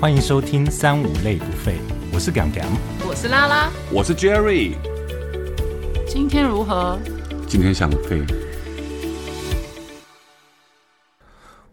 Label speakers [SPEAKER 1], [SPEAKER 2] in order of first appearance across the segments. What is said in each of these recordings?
[SPEAKER 1] 欢迎收听三五类不废，我是 Gang Gang。
[SPEAKER 2] 我是拉拉，
[SPEAKER 3] 我是 Jerry，
[SPEAKER 2] 今天如何？
[SPEAKER 3] 今天想飞，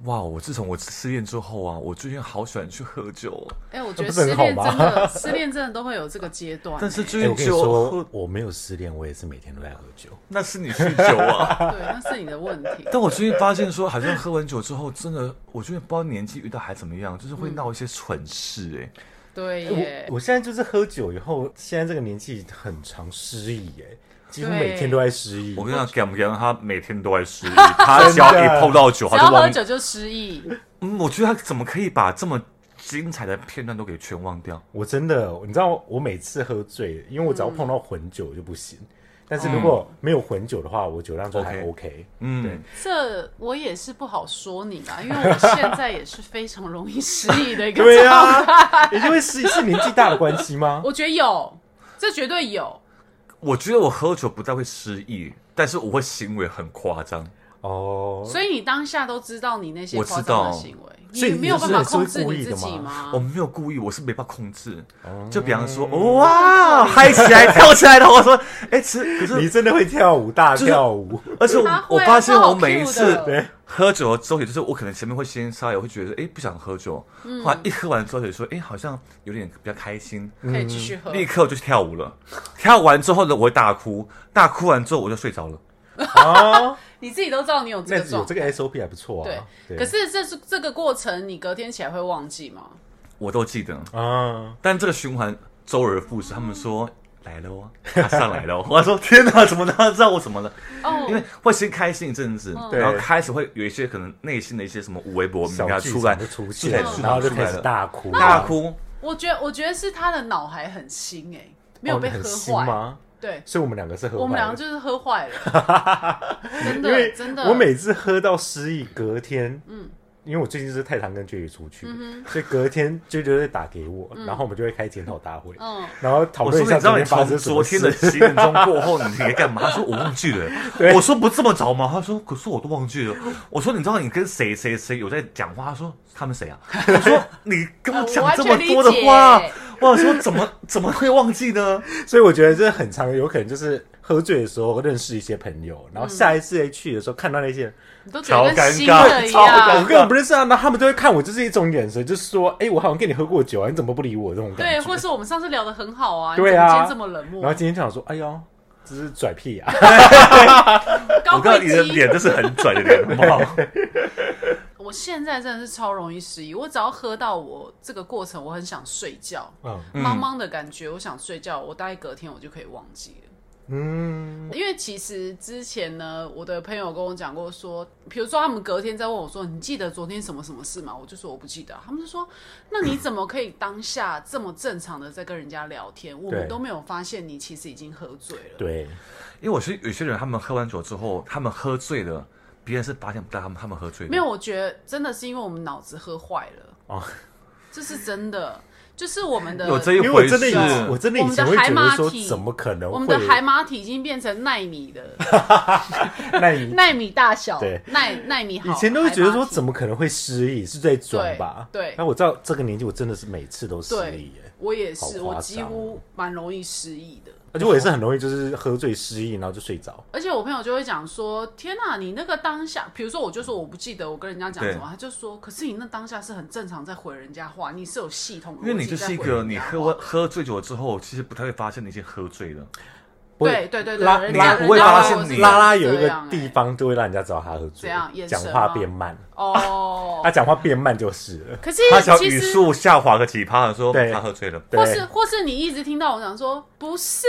[SPEAKER 4] 哇！我自从我失恋之后啊，我最近好喜欢去喝酒哦，
[SPEAKER 2] 哎、我觉得
[SPEAKER 1] 不是
[SPEAKER 2] 失
[SPEAKER 1] 很好
[SPEAKER 2] 恋真
[SPEAKER 1] 吗
[SPEAKER 2] 的，失恋真的都会有这个阶段。
[SPEAKER 4] 但是
[SPEAKER 1] 哎
[SPEAKER 4] 最
[SPEAKER 1] 我
[SPEAKER 4] 近
[SPEAKER 1] 跟你
[SPEAKER 4] 酒
[SPEAKER 1] 说
[SPEAKER 4] 喝，，
[SPEAKER 1] 我没有失恋，我也是每天都在喝酒。
[SPEAKER 4] 那是你酗 酒啊。
[SPEAKER 2] 对，那是你的问题。
[SPEAKER 4] 但我最近发现说，好像喝完酒之后，真的，我觉得不知道年纪遇到还怎么样，就是会闹一些蠢事哎、
[SPEAKER 2] 对耶
[SPEAKER 1] 我，我现在就是喝酒以后，现在这个年纪很常失忆，哎，几乎
[SPEAKER 2] 对
[SPEAKER 1] 每天都在失忆
[SPEAKER 4] 我。跟你讲，Gam Gam 他每天都在失忆， 他只要一碰到酒，
[SPEAKER 2] 只
[SPEAKER 4] 他
[SPEAKER 2] 要
[SPEAKER 4] 就
[SPEAKER 2] 喝
[SPEAKER 4] 忘。
[SPEAKER 2] 酒就失忆，
[SPEAKER 4] 嗯，我觉得他怎么可以把这么精彩的片段都给全忘掉？
[SPEAKER 1] 我真的，你知道，我每次喝醉，因为我只要碰到混酒我就不行。但是如果
[SPEAKER 2] 嗯
[SPEAKER 1] 没有混酒的话，我酒量就还
[SPEAKER 4] OK
[SPEAKER 1] OK。
[SPEAKER 4] 嗯，
[SPEAKER 2] 这我也是不好说你啦，因为我现在也是非常容易失忆的一个
[SPEAKER 1] 对
[SPEAKER 2] 状态。
[SPEAKER 1] 啊，也因为是是年纪大的关系吗？
[SPEAKER 2] 我觉得有，这绝对有。
[SPEAKER 4] 我觉得我喝酒不太会失忆，但是我会行为很夸张。
[SPEAKER 1] 哦，
[SPEAKER 2] 所以你当下都知道你那些
[SPEAKER 4] 我知
[SPEAKER 2] 夸
[SPEAKER 4] 道
[SPEAKER 2] 张的行为，
[SPEAKER 1] 所以
[SPEAKER 2] 没有
[SPEAKER 1] 你就
[SPEAKER 2] 办
[SPEAKER 1] 是
[SPEAKER 2] 法
[SPEAKER 1] 很
[SPEAKER 2] 控
[SPEAKER 1] 是
[SPEAKER 2] 制
[SPEAKER 1] 故
[SPEAKER 2] 你
[SPEAKER 1] 意的
[SPEAKER 2] 自己
[SPEAKER 1] 嘛
[SPEAKER 2] 吗
[SPEAKER 4] 我？哦没有故意，我是没办法控制。
[SPEAKER 1] 哦
[SPEAKER 4] 就比方说，哦哇，嗨起来，跳起来的话，我说， 哎，其实可
[SPEAKER 1] 你
[SPEAKER 4] 是，
[SPEAKER 1] 真的会跳舞，大跳舞。
[SPEAKER 4] 而且我
[SPEAKER 2] 他会
[SPEAKER 4] 我
[SPEAKER 2] 啊
[SPEAKER 4] 发现
[SPEAKER 2] 他好
[SPEAKER 4] 我每一
[SPEAKER 2] cute
[SPEAKER 4] 次
[SPEAKER 2] 的
[SPEAKER 1] 对
[SPEAKER 4] 喝酒之后，也就是我可能前面会先撒野，我会觉得，哎，不想喝酒。
[SPEAKER 2] 嗯
[SPEAKER 4] 后来一喝完之后，也说，哎，好像有点比较开心，
[SPEAKER 1] 嗯
[SPEAKER 2] 可以继续喝。
[SPEAKER 4] 立刻我就去跳舞了。跳完之后呢，我会大哭，大哭完之后我就睡着了。
[SPEAKER 1] 啊，
[SPEAKER 2] 你自己都知道你有这
[SPEAKER 1] 那
[SPEAKER 2] 个状
[SPEAKER 1] 有
[SPEAKER 2] 态
[SPEAKER 1] 这，个 SOP 还不错
[SPEAKER 2] 对
[SPEAKER 1] 啊。。
[SPEAKER 2] 可是这是这个过程，你隔天起来会忘记吗？
[SPEAKER 4] 我都记得，
[SPEAKER 1] 啊，
[SPEAKER 4] 但这个循环周而复始。他们说
[SPEAKER 2] 嗯
[SPEAKER 4] 来喽，他上来喽， 我说天哪，怎么他知道我怎么了？
[SPEAKER 2] 哦，
[SPEAKER 4] 因为会先开心一阵子，
[SPEAKER 2] 嗯
[SPEAKER 1] 对
[SPEAKER 4] 然后开始会有一些可能内心的一些什么五微博名
[SPEAKER 1] 小
[SPEAKER 4] 啊
[SPEAKER 1] 剧
[SPEAKER 4] 出来，
[SPEAKER 1] 场就出
[SPEAKER 4] 剧
[SPEAKER 1] 现
[SPEAKER 4] 情出，来
[SPEAKER 1] 然后就
[SPEAKER 4] 出
[SPEAKER 1] 开
[SPEAKER 4] 来
[SPEAKER 1] 始
[SPEAKER 4] 了
[SPEAKER 1] 大哭，
[SPEAKER 4] 大哭。
[SPEAKER 2] 我觉得我觉得是他的脑海很新哎、没
[SPEAKER 1] 哦，
[SPEAKER 2] 有
[SPEAKER 1] 你
[SPEAKER 2] 被
[SPEAKER 1] 很
[SPEAKER 2] 喝
[SPEAKER 1] 新
[SPEAKER 2] 坏。
[SPEAKER 1] 吗？
[SPEAKER 2] 对，
[SPEAKER 1] 所以我们两个是喝坏的，
[SPEAKER 2] 我们两个就是喝坏了， 真
[SPEAKER 1] 因为
[SPEAKER 2] 的真的。
[SPEAKER 1] 我每次喝到失忆，隔天嗯。因为我最近是太常跟 J 出
[SPEAKER 2] 嗯
[SPEAKER 1] 去，所以隔天 J 就会打给我，然后我们就会开检讨大会，
[SPEAKER 2] 嗯
[SPEAKER 1] 然后讨
[SPEAKER 4] 我
[SPEAKER 1] 论
[SPEAKER 4] 说
[SPEAKER 1] 一
[SPEAKER 4] 你
[SPEAKER 1] 下
[SPEAKER 4] 知道你
[SPEAKER 1] 天发
[SPEAKER 4] 从
[SPEAKER 1] 生什
[SPEAKER 4] 昨
[SPEAKER 1] 么
[SPEAKER 4] 天的
[SPEAKER 1] 事。
[SPEAKER 4] 十点钟过后你在干嘛？他说我忘记了。我说不这么早吗？他说可是我都忘记了。我说你知道你跟谁谁谁有在讲话？他说他们谁啊？我 说你跟我讲这么多的话
[SPEAKER 2] 呃我完全理解，
[SPEAKER 4] 我说怎么怎么会忘记呢？
[SPEAKER 1] 所以我觉得这很常有可能就是喝醉的时候认识一些朋友，
[SPEAKER 2] 嗯
[SPEAKER 1] 然后下一次再去的时候看到那些人，
[SPEAKER 2] 你都觉得跟
[SPEAKER 4] 超尴
[SPEAKER 2] 新
[SPEAKER 4] 尬
[SPEAKER 2] 的一
[SPEAKER 4] 超尴
[SPEAKER 1] 我
[SPEAKER 2] 样
[SPEAKER 4] 尬。
[SPEAKER 1] 根本不认识啊，然后他们就会看我，就是一种眼神，就是说，哎、我好像跟你喝过酒啊，你怎么不理我这种感
[SPEAKER 2] 对，
[SPEAKER 1] 觉。
[SPEAKER 2] 或是我们上次聊的很好啊，
[SPEAKER 1] 对啊
[SPEAKER 2] 你怎么今天这么冷
[SPEAKER 1] 然后
[SPEAKER 2] 漠？
[SPEAKER 1] 今天就想说，哎呦，这是拽屁啊！
[SPEAKER 2] 高
[SPEAKER 4] 我告诉
[SPEAKER 2] 贵
[SPEAKER 4] 你你的
[SPEAKER 2] 鸡，
[SPEAKER 4] 脸就是很拽的脸，好不好？
[SPEAKER 2] 我现在真的是超容易失忆，我只要喝到我这个过程，我很想睡觉，
[SPEAKER 1] 嗯
[SPEAKER 2] 茫茫的感觉，我想睡觉，我大概隔天我就可以忘记了。
[SPEAKER 1] 嗯，
[SPEAKER 2] 因为其实之前呢，我的朋友跟我讲过说，比如说他们隔天在问我说：“你记得昨天什么什么事吗？”我就说我不记得啊。他们就说：“那你怎么可以当下这么正常的在跟人家聊天？我
[SPEAKER 1] 对
[SPEAKER 2] 们都没有发现你其实已经喝醉了。”，
[SPEAKER 1] 对，
[SPEAKER 4] 因为我是有些人，他们喝完酒之后，他们喝醉了，别人是发现不到他们他们喝醉的。
[SPEAKER 2] 没有，我觉得真的是因为我们脑子喝坏了
[SPEAKER 1] 哦
[SPEAKER 2] 这是真的，就是我们的
[SPEAKER 4] 有这一
[SPEAKER 1] 因为我
[SPEAKER 4] 回
[SPEAKER 1] 真的以
[SPEAKER 4] 事，
[SPEAKER 1] 前，我真的以前会觉得说，怎么可能
[SPEAKER 2] 我
[SPEAKER 1] 啊会
[SPEAKER 2] 们的海马体已经变成奈米的
[SPEAKER 1] 那你
[SPEAKER 2] 奈米大小
[SPEAKER 1] 对，
[SPEAKER 2] 奈奈米好。
[SPEAKER 1] 以前都会觉得说，怎
[SPEAKER 2] 么？
[SPEAKER 1] 么可能会失忆？是在装吧？
[SPEAKER 2] 对对
[SPEAKER 1] 那我知道这个年纪，我真的是每次都失
[SPEAKER 2] 对
[SPEAKER 1] 忆耶，，
[SPEAKER 2] 我也
[SPEAKER 1] 好夸
[SPEAKER 2] 是，
[SPEAKER 1] 张
[SPEAKER 2] 我几乎蛮容易失忆的。
[SPEAKER 1] 而且我也是很容易就是喝醉失忆，然后就睡着。
[SPEAKER 2] 而且我朋友就会讲说：“天哪、你那个当下，比如说我就说我不记得我跟人家讲什么，
[SPEAKER 4] 对
[SPEAKER 2] 他就说，可是你那当下是很正常在回人家话，你是有系统的，
[SPEAKER 4] 因为你就是一个你喝
[SPEAKER 2] 完
[SPEAKER 4] 完喝醉酒之后，其实不太会发现你已经喝醉了。
[SPEAKER 1] 不会
[SPEAKER 2] 对对对对，
[SPEAKER 1] 拉
[SPEAKER 2] 人
[SPEAKER 1] 拉
[SPEAKER 2] 家
[SPEAKER 4] 不会
[SPEAKER 2] 人家
[SPEAKER 4] 发
[SPEAKER 2] 问
[SPEAKER 4] 现
[SPEAKER 2] 我是
[SPEAKER 4] 你
[SPEAKER 1] 拉拉有一
[SPEAKER 2] 这
[SPEAKER 1] 个
[SPEAKER 2] 样欸
[SPEAKER 1] 地方就会让人家知道他喝醉
[SPEAKER 2] 怎样眼，神
[SPEAKER 1] 讲
[SPEAKER 2] 吗
[SPEAKER 1] 话变慢，
[SPEAKER 2] 哦
[SPEAKER 1] 他。讲话变慢就是了。
[SPEAKER 2] 可是
[SPEAKER 4] 他小
[SPEAKER 2] 其
[SPEAKER 4] 语
[SPEAKER 2] 实，
[SPEAKER 4] 速下滑个几趴的时候，
[SPEAKER 1] 对
[SPEAKER 4] 他喝醉了。
[SPEAKER 2] 或
[SPEAKER 1] 对
[SPEAKER 2] 是或是你一直听到我讲说不是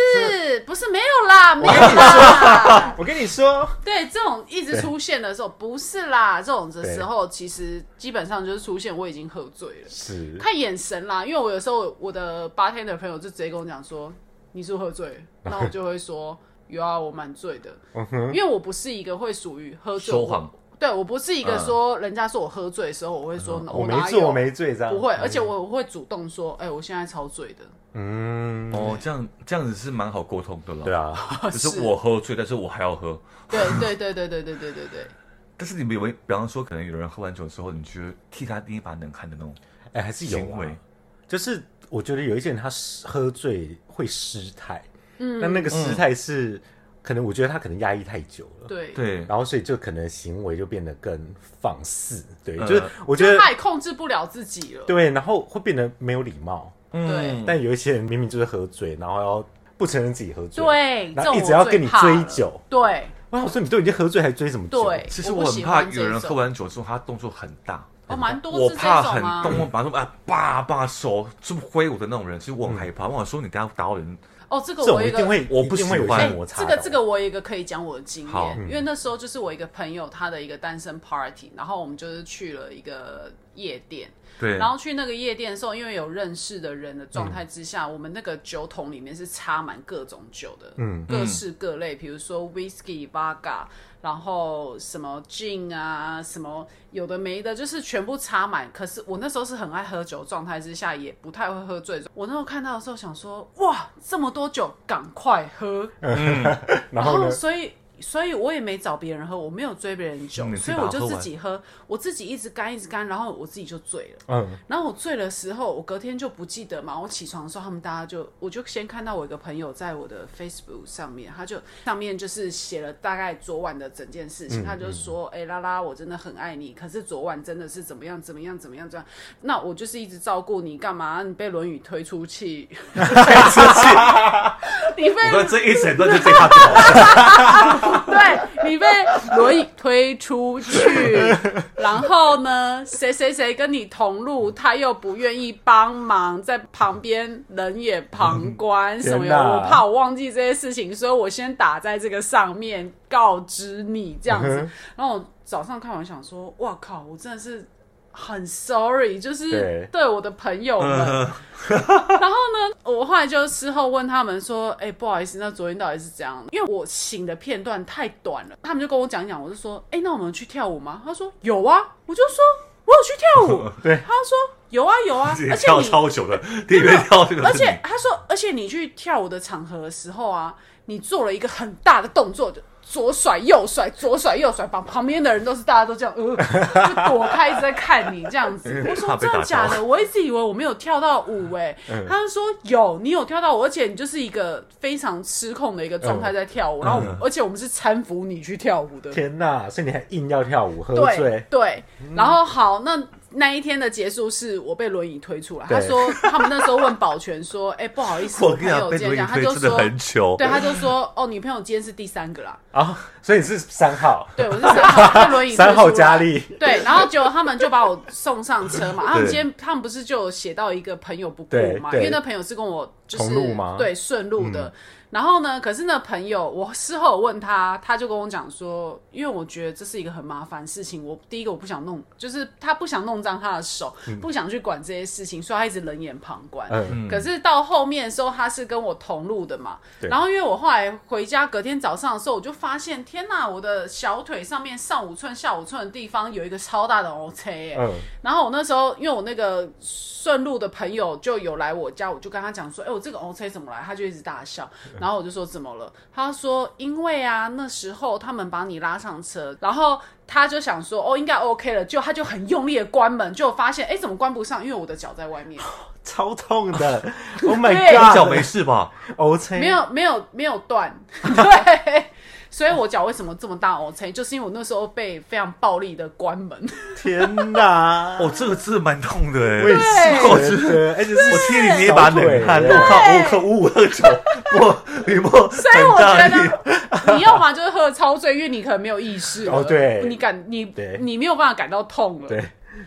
[SPEAKER 2] 不是没有啦没有啦，
[SPEAKER 1] 我跟你说，
[SPEAKER 2] 对这种一直出现的时候不是啦，这种的
[SPEAKER 1] 对
[SPEAKER 2] 时候其实基本上就是出现我已经喝醉了。
[SPEAKER 1] 是
[SPEAKER 2] 看眼神啦，因为我有时候我的 bartender 朋友就直接跟我讲说你是不是喝醉了， 然后我就会说有啊，我蛮醉的，
[SPEAKER 1] 嗯
[SPEAKER 2] 因为我不是一个会属于喝醉
[SPEAKER 4] 说谎，
[SPEAKER 2] 对我不是一个说人家说我喝醉的时候我会说、no，
[SPEAKER 1] 嗯我没
[SPEAKER 2] 哪
[SPEAKER 1] 醉，
[SPEAKER 2] 有
[SPEAKER 1] 我没嗯醉，这样
[SPEAKER 2] 不会，而且我会主动说，哎、我现在超醉的，
[SPEAKER 1] 嗯，
[SPEAKER 4] 哦，这样这样子是蛮好沟通的了。
[SPEAKER 1] 对，啊，
[SPEAKER 4] 只是我喝醉，但是我还要喝。
[SPEAKER 2] 对对对对对对对对对，
[SPEAKER 4] 但是你们有没有，比方说，可能有人喝完酒之后，你觉得替他捏一把冷汗的那种
[SPEAKER 1] 哎，还是有
[SPEAKER 4] 行
[SPEAKER 1] 啊
[SPEAKER 4] 为，，
[SPEAKER 1] 就是我觉得有一些人他失喝醉会失态，嗯，那那个失态是、可能我觉得他可能压抑太久了，
[SPEAKER 2] 嗯对，
[SPEAKER 4] 对，
[SPEAKER 1] 然后所以就可能行为就变得更放肆，对，
[SPEAKER 4] 嗯
[SPEAKER 1] 就是我觉
[SPEAKER 2] 就
[SPEAKER 1] 得
[SPEAKER 2] 他也控制不了自己了。
[SPEAKER 1] 对，然后会变得没有礼貌。
[SPEAKER 4] 嗯
[SPEAKER 2] 对
[SPEAKER 1] 但有一些人明明就是喝醉，然后要不承认自己喝醉，
[SPEAKER 2] 对，
[SPEAKER 1] 然
[SPEAKER 2] 这
[SPEAKER 1] 后
[SPEAKER 2] 种
[SPEAKER 1] 一直要
[SPEAKER 2] 我最
[SPEAKER 1] 跟你
[SPEAKER 2] 怕
[SPEAKER 1] 追
[SPEAKER 2] 了
[SPEAKER 1] 酒。
[SPEAKER 2] 对
[SPEAKER 1] 我想说，你都已经喝醉，还追什么酒？
[SPEAKER 2] 对，
[SPEAKER 4] 其实
[SPEAKER 2] 我
[SPEAKER 4] 我
[SPEAKER 2] 不
[SPEAKER 4] 很
[SPEAKER 2] 喜
[SPEAKER 4] 怕
[SPEAKER 2] 欢
[SPEAKER 4] 有
[SPEAKER 2] 这种
[SPEAKER 4] 人喝完酒之后，他动作很大，
[SPEAKER 2] 哦，蛮多
[SPEAKER 4] 我
[SPEAKER 2] 是这
[SPEAKER 4] 怕很
[SPEAKER 2] 种啊。
[SPEAKER 4] 动，我马上啊叭叭手就挥舞的那种人，其实
[SPEAKER 1] 嗯
[SPEAKER 4] 我很害怕。我想说，你等下打到人，
[SPEAKER 2] 哦，这个
[SPEAKER 1] 这种
[SPEAKER 2] 我有
[SPEAKER 1] 一
[SPEAKER 2] 个
[SPEAKER 1] 定会，
[SPEAKER 4] 我不
[SPEAKER 1] 一定会有一
[SPEAKER 4] 喜欢
[SPEAKER 1] 些
[SPEAKER 2] 哎
[SPEAKER 1] 摩擦
[SPEAKER 2] 这
[SPEAKER 1] 的。
[SPEAKER 2] 个这个我有一个可以讲我的经
[SPEAKER 4] 好
[SPEAKER 2] 验，因为那时候就是我一个朋友他的一个单身 party，然后我们就是去了一个夜店，
[SPEAKER 4] 对，
[SPEAKER 2] 然后去那个夜店的时候，因为有认识的人的状态之下，我们那个酒桶里面是插满各种酒的，
[SPEAKER 1] 嗯
[SPEAKER 2] 各式各类，比如说 whisky、vodka，然后什么 gin 啊，什么有的没的，就是全部插满。可是我那时候是很爱喝酒的状态之下，也不太会喝醉。我那时候看到的时候想说，哇，这么多酒，赶快喝。
[SPEAKER 1] 然后呢？
[SPEAKER 2] 所以。所以我也没找别人喝，我没有追别人酒，
[SPEAKER 4] 嗯你自己
[SPEAKER 2] 所以我
[SPEAKER 4] 把
[SPEAKER 2] 就
[SPEAKER 4] 它喝
[SPEAKER 2] 自
[SPEAKER 4] 完
[SPEAKER 2] 己喝，我自己一直干一直干，然后我自己就醉了。
[SPEAKER 1] 嗯，
[SPEAKER 2] 然后我醉的时候，我隔天就不记得嘛。我起床的时候，他们大家就，我就先看到我一个朋友在我的 Facebook 上面，他就上面就是写了大概昨晚的整件事情，他就说：“哎、拉拉，我真的很爱你，可是昨晚真的是怎么样怎么样怎么样怎么样。那我就是一直照顾你，干嘛？你被轮椅推出去， 你被
[SPEAKER 4] 我说这一整段就 这一趴最好笑。
[SPEAKER 2] 对你被轮椅推出去，然后呢，谁谁谁跟你同路，他又不愿意帮忙，在旁边冷眼旁观什么
[SPEAKER 1] 嗯天
[SPEAKER 2] 的，
[SPEAKER 1] 哪
[SPEAKER 2] 我怕我忘记这些事情，所以我先打在这个上面告知你这样子。
[SPEAKER 1] 嗯哼
[SPEAKER 2] 然后我早上看完想说，哇靠，我真的是。很 sorry，就是
[SPEAKER 1] 对
[SPEAKER 2] 对我的朋友们，
[SPEAKER 4] 嗯
[SPEAKER 2] 然后呢，我后来就事后问他们说：“哎、不好意思，那昨天到底是怎样？因为我醒的片段太短了。”他们就跟我讲一讲，我就说：“哎、那我们去跳舞吗？”他说：“有啊。”我就说：“我有去 跳舞。”
[SPEAKER 1] 对
[SPEAKER 2] 他说：“有啊，有啊。
[SPEAKER 4] 自己”
[SPEAKER 2] 而且
[SPEAKER 4] 跳
[SPEAKER 2] 你
[SPEAKER 4] 超久的，第一个跳这个
[SPEAKER 2] 而
[SPEAKER 4] 是
[SPEAKER 2] 且
[SPEAKER 4] 你，
[SPEAKER 2] 他说，而且你去跳舞的场合的时候啊，你做了一个很大的动作，就左甩右甩，左甩右甩，把旁边的人都是大家都这样， 呃，就躲开一直在看你这样子。我说
[SPEAKER 4] 怕被
[SPEAKER 2] 真的
[SPEAKER 4] 打
[SPEAKER 2] 假
[SPEAKER 4] 到嗯
[SPEAKER 2] 的？我一直以为我没有跳到舞哎、他就说有，你有跳到舞，而且你就是一个非常失控的一个状
[SPEAKER 4] 嗯
[SPEAKER 2] 态在跳舞，然后我们而且我们是搀扶你去跳舞的，
[SPEAKER 1] 天哪！所以你还硬要跳舞，喝
[SPEAKER 2] 对
[SPEAKER 1] 醉，
[SPEAKER 2] 对，然后好，那那一天的结束是我被轮椅推出来。他
[SPEAKER 1] 对
[SPEAKER 2] 说他们那时候问保全说：“哎、不好意思，
[SPEAKER 4] 我
[SPEAKER 2] 我朋
[SPEAKER 4] 跟你讲，
[SPEAKER 2] 友
[SPEAKER 4] 被
[SPEAKER 2] 今天这
[SPEAKER 4] 轮椅
[SPEAKER 2] 样。”他
[SPEAKER 4] 推
[SPEAKER 2] 就
[SPEAKER 4] 真的
[SPEAKER 2] 说
[SPEAKER 4] 很久。：“
[SPEAKER 2] 对，他就说哦，女朋友今天是第三个啦。
[SPEAKER 1] 啊！所以你是三号，
[SPEAKER 2] 对，我是 三号被轮椅推出来
[SPEAKER 1] 三号佳。丽，
[SPEAKER 2] 对，然后结果他们就把我送上车 嘛。他们
[SPEAKER 4] 对
[SPEAKER 2] 今天他们不是就有写到一个朋友不顾
[SPEAKER 1] 对
[SPEAKER 2] 嘛，因
[SPEAKER 1] 对
[SPEAKER 2] 为那朋友是跟我就是
[SPEAKER 1] 同路吗嗯
[SPEAKER 2] 对顺路的。然后呢，可是那朋友我事后有问他，他就跟我讲说，因为我觉得这是一个很麻烦的事情，我第一个我不想弄，就是他不想弄脏他的手，不想去管这些事情，所以他一直冷眼旁观。
[SPEAKER 1] 嗯，
[SPEAKER 2] 可是到后面的时候，他是跟我同路的嘛。
[SPEAKER 1] 对
[SPEAKER 2] 然后因为我后来回家，隔天早上的时候，我就发现，天呐，我的小腿上面上五寸、下五寸的地方有一个超大的 O C、欸。
[SPEAKER 1] 嗯
[SPEAKER 2] 然后我那时候，因为我那个顺路的朋友就有来我家，我就跟他讲说：“哎、我这个 O C 怎么来？”他就一直大笑。
[SPEAKER 1] 嗯
[SPEAKER 2] 然后我就说：“怎么了？”他说：“因为啊，那时候他们把你拉上车，然后。”他就想说，哦，应该 OK 了，就他就很用力的关门，就发现，哎、怎么关不上？因为我的脚在外面。
[SPEAKER 1] 超痛的，Oh my
[SPEAKER 2] 对
[SPEAKER 4] 你脚没
[SPEAKER 1] God！哦
[SPEAKER 4] 事吧？
[SPEAKER 1] O C
[SPEAKER 2] 没有没有没有 断，对，所以我脚为什么这么大 O C，就是因为我那时候被非常暴力的关门，
[SPEAKER 1] 天哪！
[SPEAKER 4] 哦，这个真的蛮痛的 哎。
[SPEAKER 1] 我也是，
[SPEAKER 4] 我
[SPEAKER 1] 我
[SPEAKER 4] 觉
[SPEAKER 1] 觉得，而且
[SPEAKER 4] 我
[SPEAKER 1] 是
[SPEAKER 4] 替你捏一把冷汗，
[SPEAKER 1] 对
[SPEAKER 4] 我靠，我靠，五五二九，我雨墨
[SPEAKER 2] 所以我
[SPEAKER 4] 很
[SPEAKER 2] 觉
[SPEAKER 4] 大力，
[SPEAKER 2] 得你要么就是喝得超醉，因为你可能没有意识了
[SPEAKER 1] 哦对
[SPEAKER 2] 你感你
[SPEAKER 1] 对
[SPEAKER 2] 你没有办法感到痛了，
[SPEAKER 1] 对，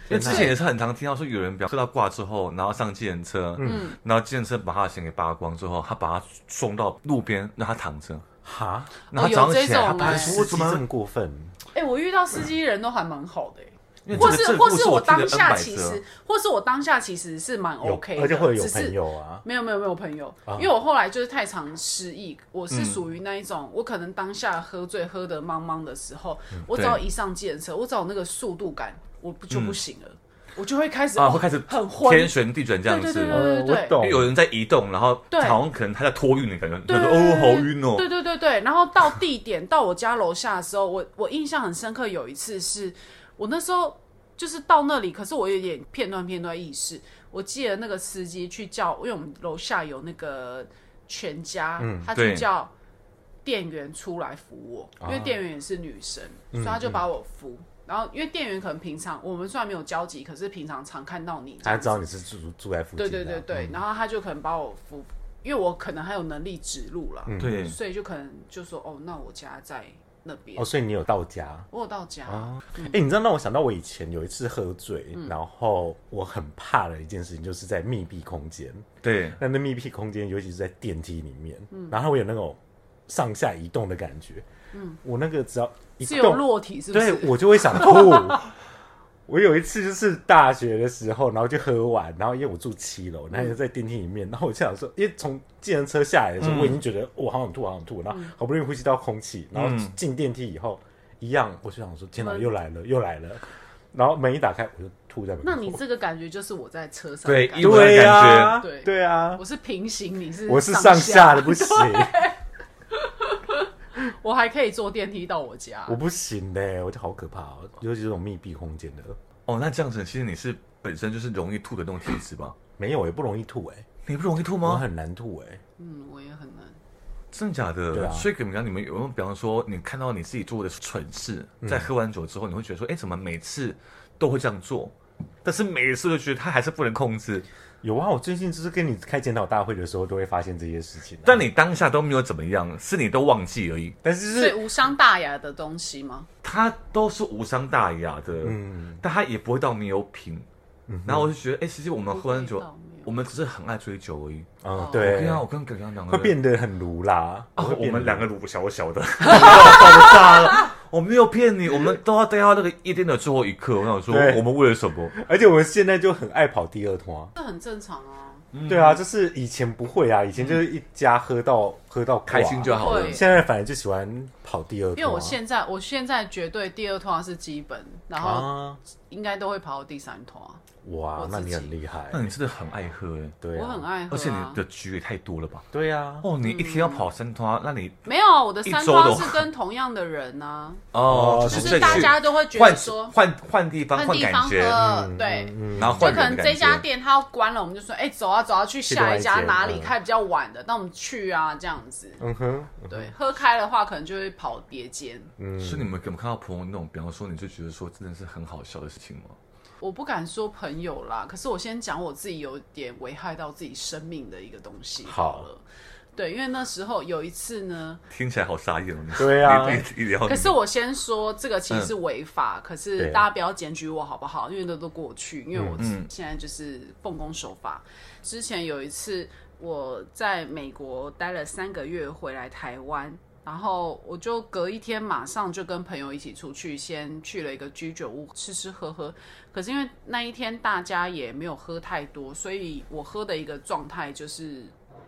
[SPEAKER 4] 因为之前也是很常听到说有人表喝到挂之后，然后上计程车，嗯，然后计程车把他的钱给扒光之后，他把他送到路边让他躺着，
[SPEAKER 1] 哈，
[SPEAKER 4] 然后
[SPEAKER 2] 有
[SPEAKER 4] 他早上
[SPEAKER 2] 这
[SPEAKER 4] 起来
[SPEAKER 2] 种
[SPEAKER 4] 他爸
[SPEAKER 2] 哎
[SPEAKER 4] 说
[SPEAKER 1] 我
[SPEAKER 4] 我怎
[SPEAKER 1] 怎么这
[SPEAKER 4] 么
[SPEAKER 1] 么，过分？
[SPEAKER 2] 哎、我遇到司机人都还蛮好的、欸
[SPEAKER 4] 因为
[SPEAKER 2] 或
[SPEAKER 4] 这个
[SPEAKER 2] 是
[SPEAKER 4] 这个
[SPEAKER 2] 或
[SPEAKER 4] 故事
[SPEAKER 2] 是我
[SPEAKER 4] 听了
[SPEAKER 2] 当下
[SPEAKER 4] N 百
[SPEAKER 2] 其
[SPEAKER 4] 折
[SPEAKER 2] 实，或是我当下其实是蛮
[SPEAKER 1] 有
[SPEAKER 2] OK，的，
[SPEAKER 1] 而且会有
[SPEAKER 2] 只是
[SPEAKER 1] 朋友啊，
[SPEAKER 2] 没有没有没有朋友，
[SPEAKER 4] 啊
[SPEAKER 2] 因为我后来就是太常失忆，我
[SPEAKER 4] 嗯
[SPEAKER 2] 是属于那一种，我可能当下喝醉喝得茫茫的时候，
[SPEAKER 4] 嗯
[SPEAKER 2] 我只要一上计程车，我只要有那个速度感，我不就不行了，我就会开始
[SPEAKER 4] 嗯啊，
[SPEAKER 2] 哦
[SPEAKER 4] 会开始
[SPEAKER 2] 很昏，
[SPEAKER 4] 天旋地转这样子，
[SPEAKER 2] 对对对
[SPEAKER 4] 因
[SPEAKER 1] 呃
[SPEAKER 2] 对
[SPEAKER 1] 我懂
[SPEAKER 4] 为，有人在移动，然后
[SPEAKER 2] 对
[SPEAKER 4] 好像可能他在托运的感觉，
[SPEAKER 2] 对
[SPEAKER 4] 他说哦好晕哦，
[SPEAKER 2] 对对对对，然后到地点到我家楼下的时候，我我印象很深刻，有一次是我那时候就是到那里，可是我有点片段片段意识。我记得那个司机去叫，因为我们楼下有那个全家，
[SPEAKER 1] 嗯
[SPEAKER 2] 他去
[SPEAKER 4] 对
[SPEAKER 2] 叫店员出来扶我，因为
[SPEAKER 1] 啊嗯
[SPEAKER 2] 店员也是女生，所以他就把我扶。然后因为店员可能平常我们虽然没有交集，可是平常常看到你这
[SPEAKER 1] 他
[SPEAKER 2] 样
[SPEAKER 1] 知
[SPEAKER 2] 子，
[SPEAKER 1] 道你是住住在附近
[SPEAKER 2] 对
[SPEAKER 1] 的，
[SPEAKER 2] 对对对，
[SPEAKER 1] 嗯
[SPEAKER 2] 然后他就可能把我扶，因为我可能还有能力指路了，
[SPEAKER 4] 对，
[SPEAKER 2] 所以就可能就说哦，那我家在那边，
[SPEAKER 1] 哦，所以你有到家。
[SPEAKER 2] 我有到家，
[SPEAKER 1] 哎、你知道让我想到我以前有一次喝醉，然后我很怕的一件事情，就是在密闭空间。
[SPEAKER 4] 对，
[SPEAKER 1] 那那密闭空间，尤其是在电梯里面，然后我有那种上下移动的感觉。嗯，我那个只要一
[SPEAKER 2] 是有
[SPEAKER 1] 动，
[SPEAKER 2] 落体是不
[SPEAKER 1] 对
[SPEAKER 2] 是？
[SPEAKER 1] 我就会想 吐。我有一次就是大学的时候，然后就喝完，然后因为我住七楼，然后就在电梯里面，然后我就想说，因为从计程车下来的时候，我已经觉得我好想吐，好想吐，然
[SPEAKER 2] 嗯
[SPEAKER 1] 后好不容易呼吸到空气，然后
[SPEAKER 4] 嗯
[SPEAKER 1] 进电梯以后一样，我就想说，天哪，
[SPEAKER 2] 嗯
[SPEAKER 1] 又来了，又来了，然后门一打开，我就吐在门口。
[SPEAKER 2] 那你这个感觉就是我在车上的
[SPEAKER 4] 对
[SPEAKER 2] 感
[SPEAKER 4] 一
[SPEAKER 2] 觉，
[SPEAKER 4] 模
[SPEAKER 1] 对呀、
[SPEAKER 2] 对
[SPEAKER 1] 对啊，
[SPEAKER 2] 我是平行，你是
[SPEAKER 1] 我是上
[SPEAKER 2] 上
[SPEAKER 1] 下的，不 行，
[SPEAKER 2] 啊我还可以坐电梯到我家
[SPEAKER 1] 我。不行嘞、我就好可怕哦，尤其是这种密闭空间的，
[SPEAKER 4] 哦，那这样子其实你是本身就是容易吐的那种体质吧？
[SPEAKER 1] 没有也、不容易吐哎、
[SPEAKER 4] 你不容易吐
[SPEAKER 1] 我
[SPEAKER 4] 吗？
[SPEAKER 1] 很难吐哎、
[SPEAKER 2] 嗯，我也很难。
[SPEAKER 4] 真的假的？
[SPEAKER 1] 对啊
[SPEAKER 4] 所以可能讲你们有没有，比方说你看到你自己做的蠢事，
[SPEAKER 1] 嗯
[SPEAKER 4] 在喝完酒之后，你会觉得说，哎、怎么每次都会这样做？但是每一次都觉得他还是不能控制，
[SPEAKER 1] 有啊，我最近就是跟你开检讨大会的时候，都会发现这些事情啊、
[SPEAKER 4] 但你当下都没有怎么样，是你都忘记而已。
[SPEAKER 1] 但是就
[SPEAKER 2] 所以
[SPEAKER 1] 是
[SPEAKER 2] 无伤大雅的东西吗？
[SPEAKER 4] 他都是无伤大雅的，
[SPEAKER 1] 嗯，
[SPEAKER 4] 但他也不会到没有品。然后我就觉得，哎、其实我们喝完
[SPEAKER 2] 不
[SPEAKER 4] 酒
[SPEAKER 2] 会到没有，
[SPEAKER 4] 我们只是很爱追酒而已。
[SPEAKER 1] 嗯，
[SPEAKER 4] 哦我
[SPEAKER 1] 对
[SPEAKER 4] 跟，他，我跟耿阳两个
[SPEAKER 1] 会
[SPEAKER 4] 人
[SPEAKER 1] 变得很如啦。
[SPEAKER 4] 啊，
[SPEAKER 1] 会
[SPEAKER 4] 我
[SPEAKER 1] 变得
[SPEAKER 4] 们两个乳小小的，爆炸了！我没有骗你，我们都要待到那个夜店的最后一刻。我想说，
[SPEAKER 1] 对
[SPEAKER 4] 我们为了什么？
[SPEAKER 1] 而且我们现在就很爱跑第二团、
[SPEAKER 2] 这很正常啊。
[SPEAKER 4] 嗯
[SPEAKER 1] 对啊，就是以前不会啊，以前就是一家喝到、喝到挂
[SPEAKER 4] 开心就好了
[SPEAKER 2] 对。
[SPEAKER 1] 现在反而就喜欢跑第二团，啊
[SPEAKER 2] 因为我现在，我现在绝对第二团是基本，然后
[SPEAKER 1] 啊，
[SPEAKER 2] 应该都会跑到第三团。
[SPEAKER 1] 哇
[SPEAKER 2] 哦我，
[SPEAKER 1] 那
[SPEAKER 2] 自
[SPEAKER 1] 你
[SPEAKER 2] 己
[SPEAKER 1] 很厉害
[SPEAKER 4] 那，你真的很爱喝哎，
[SPEAKER 1] 对、啊，
[SPEAKER 2] 我很爱喝、
[SPEAKER 4] 而
[SPEAKER 2] 啊，
[SPEAKER 4] 且你的局也太多了吧？
[SPEAKER 1] 对啊，
[SPEAKER 4] 哦，你一天要跑三趟，那你
[SPEAKER 2] 没有啊我的三
[SPEAKER 4] 一周的
[SPEAKER 2] 团
[SPEAKER 4] 话
[SPEAKER 2] 是跟同样的人啊，
[SPEAKER 1] 哦
[SPEAKER 2] 就
[SPEAKER 1] 从
[SPEAKER 2] 是大家都会觉
[SPEAKER 4] 换
[SPEAKER 2] 得说
[SPEAKER 4] 换换地方，
[SPEAKER 2] 换
[SPEAKER 4] 换
[SPEAKER 2] 地
[SPEAKER 4] 感
[SPEAKER 2] 方
[SPEAKER 4] 觉，
[SPEAKER 2] 喝，对，
[SPEAKER 4] 然后
[SPEAKER 2] 就
[SPEAKER 4] 换
[SPEAKER 2] 可能
[SPEAKER 4] 人的
[SPEAKER 2] 这
[SPEAKER 4] 感
[SPEAKER 2] 家
[SPEAKER 4] 觉。
[SPEAKER 2] 店它要关了，我们就说，哎、走啊走啊，去
[SPEAKER 1] 另
[SPEAKER 2] 下
[SPEAKER 1] 外
[SPEAKER 2] 一
[SPEAKER 1] 一
[SPEAKER 2] 家
[SPEAKER 1] 间
[SPEAKER 2] 哪里
[SPEAKER 1] 嗯
[SPEAKER 2] 开比较晚的，那我们去啊，这样子。
[SPEAKER 1] 嗯哼，
[SPEAKER 2] 对，喝开的话可能就会跑别间。
[SPEAKER 4] 所以你们有没有看到朋友那种，比方说你就觉得说真的是很好笑的事情吗？
[SPEAKER 2] 我不敢说朋友啦，可是我先讲我自己有点危害到自己生命的一个东西好
[SPEAKER 1] 好
[SPEAKER 2] 了。对，因为那时候有一次呢，
[SPEAKER 4] 听起来好傻眼哦。你
[SPEAKER 1] 对啊
[SPEAKER 4] 你你你聊你嗯啊
[SPEAKER 2] 可是我先说这个其实是违法，可是
[SPEAKER 1] 对
[SPEAKER 2] 大家不要检举我好不好？因为那都过去，因为我
[SPEAKER 4] 嗯嗯
[SPEAKER 2] 现在就是奉公守法。之前有一次我在美国待了三个月，回来台湾。然后我就隔一天马上就跟朋友一起出去，先去了一个居酒屋吃吃喝喝。可是因为那一天大家也没有喝太多，所以我喝的一个状态就是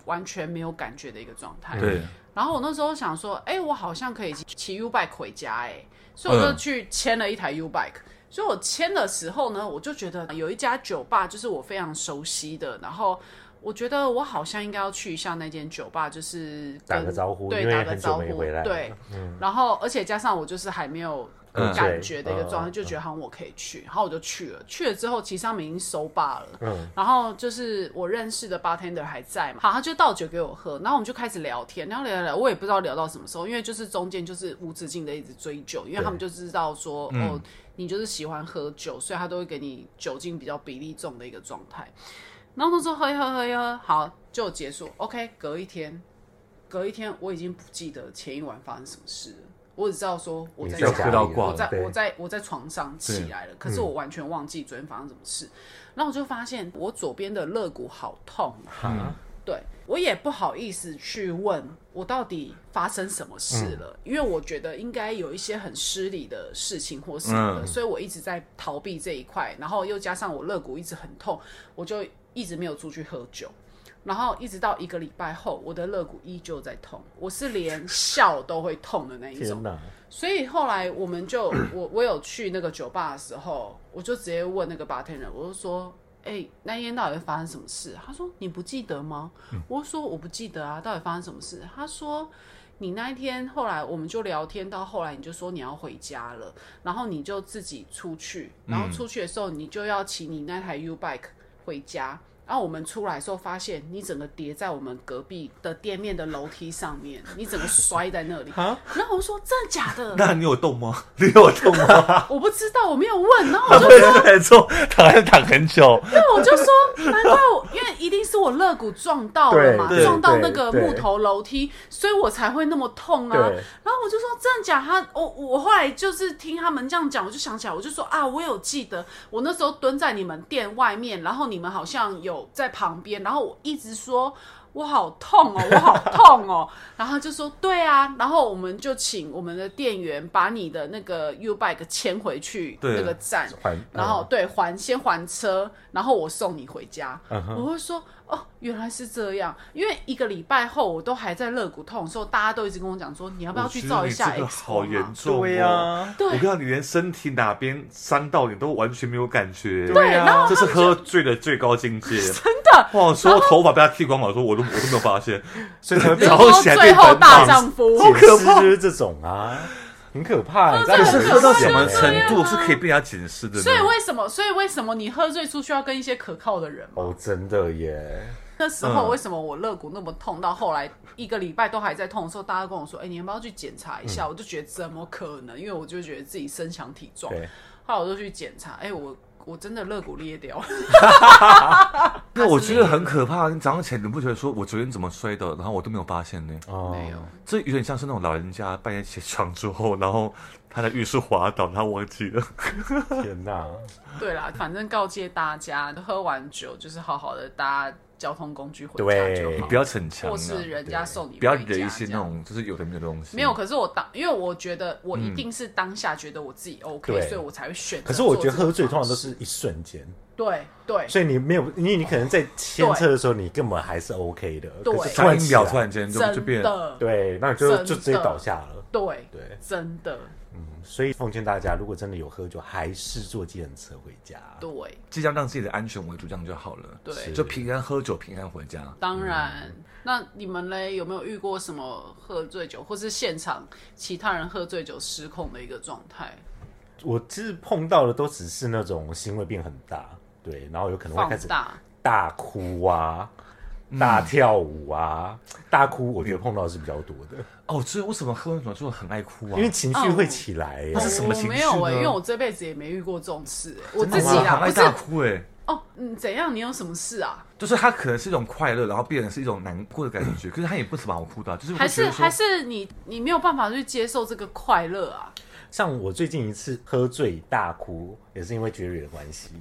[SPEAKER 2] 完全没有感觉的一个状态。
[SPEAKER 4] 对，
[SPEAKER 2] 然后我那时候想说，哎、我好像可以骑骑 U bike 回家、哎，所以我就去签了一台 U bike。所以我签的时候呢，我就觉得有一家酒吧就是我非常熟悉的，然后我觉得我好像应该要去一下那间酒吧，就是跟
[SPEAKER 1] 打个招呼
[SPEAKER 2] 对，
[SPEAKER 1] 因为
[SPEAKER 2] 打个
[SPEAKER 1] 很久
[SPEAKER 2] 招呼
[SPEAKER 1] 没回来，了
[SPEAKER 2] 对。
[SPEAKER 1] 嗯
[SPEAKER 2] 然后而且加上我就是还没有
[SPEAKER 4] 嗯
[SPEAKER 2] 感觉的一个状态，
[SPEAKER 1] 嗯
[SPEAKER 2] 就觉得好像我可以去，然后我就去了。去了之后，其实他们已经收吧了，
[SPEAKER 1] 嗯
[SPEAKER 2] 然后就是我认识的 bartender 还在嘛，好，他就倒酒给我喝，然后我们就开始聊天，然后聊聊聊，我也不知道聊到什么时候，因为就是中间就是无止境的一直追酒，因为他们就知道说、
[SPEAKER 1] 嗯
[SPEAKER 2] 哦，你就是喜欢喝酒，所以他都会给你酒精比较比例重的一个状态。然后那时候喝一喝喝一喝，好就结束。OK，隔一天，隔一天我已经不记得前一晚发生什么事了，我只知道说我在
[SPEAKER 1] 你在
[SPEAKER 2] 家
[SPEAKER 1] 喝到
[SPEAKER 2] 里
[SPEAKER 4] 挂
[SPEAKER 2] 我在
[SPEAKER 1] 了对嗯
[SPEAKER 2] 我在我在床上起
[SPEAKER 4] 对
[SPEAKER 2] 来了，可是我完全忘记昨天发生什么事。然后我就发现我左边的肋骨好痛啊，
[SPEAKER 1] 啊，
[SPEAKER 2] 对我也不好意思去问我到底发生什么事了，因为我觉得应该有一些很失礼的事情或什么的，
[SPEAKER 4] 嗯
[SPEAKER 2] 所以我一直在逃避这一块，然后又加上我肋骨一直很痛，我就一直没有出去喝酒。然后一直到一个礼拜后，我的肋骨依旧在痛，我是连笑都会痛的那一种
[SPEAKER 1] 天。哪，
[SPEAKER 2] 所以后来我们就我我有去那个酒吧的时候，我就直接问那个 bartender，我就说：“哎、那一天到底发生什么事？”他说：“你不记得吗？”我就说：“我不记得啊，到底发生什么事？”他说：“你那一天后来我们就聊天，到后来你就说你要回家了，然后你就自己出去，然后出去的时候你就要骑你那台 U bike 回家。然后我们出来的时候，发现你整个叠在我们隔壁的店面的楼梯上面，你整个摔在那里。
[SPEAKER 4] 啊
[SPEAKER 2] 然后我说：“真的假的？”
[SPEAKER 4] 那你有动吗？ 你有动 吗？
[SPEAKER 2] 我不知道，我没有问。然后
[SPEAKER 4] 他
[SPEAKER 2] 我就
[SPEAKER 4] 会在之后躺在躺很久，
[SPEAKER 2] 对，我就说，难怪我，因为一定是我肋骨撞到了嘛，
[SPEAKER 1] 对对
[SPEAKER 2] 撞到那个木头楼梯，所以我才会那么痛啊。
[SPEAKER 1] 对
[SPEAKER 2] 然后我就说，真的假的？他，我我后来就是听他们这样讲，我就想起来，我就说啊，我有记得，我那时候蹲在你们店外面，然后你们好像有在旁边，然后我一直说。我好痛哦，我好痛哦， 然后他就说对啊，然后我们就请我们的店员把你的那个 U bike 牵回去
[SPEAKER 4] 对
[SPEAKER 2] 那个站，
[SPEAKER 1] 还
[SPEAKER 2] 然后
[SPEAKER 1] 嗯
[SPEAKER 2] 对还先还车，然后我送你回家。
[SPEAKER 1] 嗯哼
[SPEAKER 2] 我会说哦，原来是这样，因为一个礼拜后我都还在肋骨痛的时候，大家都一直跟我讲说你要不要去照一下
[SPEAKER 4] 我觉得你这个
[SPEAKER 2] X
[SPEAKER 4] 好
[SPEAKER 2] 光
[SPEAKER 4] 严
[SPEAKER 2] 啊？
[SPEAKER 4] 重、哦。
[SPEAKER 1] 对呀
[SPEAKER 2] 对
[SPEAKER 4] 我跟你讲，你连身体哪边伤到你都完全没有感觉。
[SPEAKER 1] 对呀然
[SPEAKER 4] 这是喝醉的最高境 界。
[SPEAKER 2] 真的，
[SPEAKER 4] 哇，说我头发被他剃光了，我说我都我都没有发 现。
[SPEAKER 1] 所以才会
[SPEAKER 2] 你
[SPEAKER 1] 被
[SPEAKER 4] 然
[SPEAKER 2] 说
[SPEAKER 4] 后起来
[SPEAKER 2] 最
[SPEAKER 4] 变
[SPEAKER 2] 后
[SPEAKER 4] 短
[SPEAKER 2] 大
[SPEAKER 4] 发
[SPEAKER 2] 丈夫，
[SPEAKER 1] 嗯解
[SPEAKER 4] 可
[SPEAKER 1] 释
[SPEAKER 4] 怕
[SPEAKER 1] 就是这种啊，很可怕。你欸知道
[SPEAKER 2] 这很
[SPEAKER 4] 可
[SPEAKER 2] 啊
[SPEAKER 4] 是
[SPEAKER 1] 有些
[SPEAKER 4] 喝到什
[SPEAKER 1] 人
[SPEAKER 4] 么
[SPEAKER 1] 欸
[SPEAKER 4] 程度是可以被人家解释的呢？
[SPEAKER 2] 所以为什么？所以为什么你喝醉出去要跟一些可靠的人嘛？
[SPEAKER 1] 哦，真的耶！
[SPEAKER 2] 那时候
[SPEAKER 4] 嗯
[SPEAKER 2] 为什么我肋骨那么痛？到后来一个礼拜都还在痛的时候，大家跟我说：“哎、你要不要去检查一下？”
[SPEAKER 4] 嗯
[SPEAKER 2] 我就觉得怎么可能？因为我就觉得自己身强体壮。
[SPEAKER 1] 对，
[SPEAKER 2] 后来我就去检查，哎、我我真的肋骨裂掉了。
[SPEAKER 4] 那我觉得很可怕。你早上起来，你不觉得说我昨天怎么摔的，然后我都没有发现呢？
[SPEAKER 1] 哦，
[SPEAKER 2] 没有，
[SPEAKER 4] 这有点像是那种老人家半夜起床之后，然后他在浴室滑倒，他忘记了。
[SPEAKER 1] 天 哪！
[SPEAKER 2] 对啦，反正告诫大家，喝完酒就是好好的搭交通工具回家
[SPEAKER 1] 对
[SPEAKER 2] 就好
[SPEAKER 4] 不，要逞强、啊，
[SPEAKER 2] 或是人家送你
[SPEAKER 4] 不要
[SPEAKER 2] 回
[SPEAKER 4] 惹
[SPEAKER 2] 家
[SPEAKER 4] 一些
[SPEAKER 2] 这
[SPEAKER 4] 那
[SPEAKER 2] 样
[SPEAKER 4] 种就是有的没有的东西。
[SPEAKER 1] 嗯
[SPEAKER 2] 没有，可是我当，因为我觉得我一定是当下觉得我自己 OK，、
[SPEAKER 1] 对
[SPEAKER 2] 所以我才会选择
[SPEAKER 1] 可
[SPEAKER 2] 做
[SPEAKER 1] 是我
[SPEAKER 2] 这个方式。
[SPEAKER 1] 觉得喝醉通常都是一瞬间，
[SPEAKER 2] 对对
[SPEAKER 1] 所以你没有，因为你可能在牵车的时候，你根本还是 OK 的，
[SPEAKER 2] 对
[SPEAKER 1] 可是突
[SPEAKER 4] 突
[SPEAKER 1] 然
[SPEAKER 4] 然
[SPEAKER 1] 起
[SPEAKER 4] 秒
[SPEAKER 1] 来
[SPEAKER 4] 突然间就就
[SPEAKER 2] 真
[SPEAKER 4] 变，
[SPEAKER 2] 的
[SPEAKER 1] 对，那你就
[SPEAKER 2] 真的
[SPEAKER 1] 就直接倒下了。
[SPEAKER 2] 对
[SPEAKER 1] 对，
[SPEAKER 2] 真的
[SPEAKER 1] 所以奉劝大家，如果真的有喝酒，还是坐计程车回家。
[SPEAKER 2] 对
[SPEAKER 4] 尽量让自己的安全为主，这样就好了。
[SPEAKER 2] 对，
[SPEAKER 4] 就平安喝酒，平安回家。
[SPEAKER 2] 当然。那你们嘞有没有遇过什么喝醉酒，或是现场其他人喝醉酒失控的一个状态？
[SPEAKER 1] 我其实碰到的都只是那种行为变很大，对，然后有可能会
[SPEAKER 2] 放
[SPEAKER 1] 开始
[SPEAKER 2] 大。嗯
[SPEAKER 1] 大哭啊、大跳舞啊、大哭，我觉得碰到的是比较多的，
[SPEAKER 2] 嗯
[SPEAKER 4] 哦，所以为什么喝完酒之后很爱哭啊？
[SPEAKER 1] 因为情绪
[SPEAKER 2] 哦
[SPEAKER 1] 会起来耶、
[SPEAKER 4] 那是什么情绪
[SPEAKER 2] 我
[SPEAKER 4] 呢
[SPEAKER 2] 没有哎、因为我这辈子也没遇过这种事、欸，我
[SPEAKER 4] 真的
[SPEAKER 2] 自己
[SPEAKER 4] 吗
[SPEAKER 2] 啦，
[SPEAKER 4] 很
[SPEAKER 2] 不
[SPEAKER 4] 爱
[SPEAKER 2] 是
[SPEAKER 4] 大哭哎、
[SPEAKER 2] 哦，嗯，怎样？你有什么事啊？
[SPEAKER 4] 就是他可能是一种快乐，然后变成是一种难过的感觉，可是他也不怎么好哭的啊、就是
[SPEAKER 2] 还
[SPEAKER 4] 会觉
[SPEAKER 2] 是
[SPEAKER 4] 得
[SPEAKER 2] 还
[SPEAKER 4] 说，
[SPEAKER 2] 是你你没有办法去接受这个快乐啊？
[SPEAKER 1] 像我最近一次喝醉大哭，也是因为 Jerry 的关系。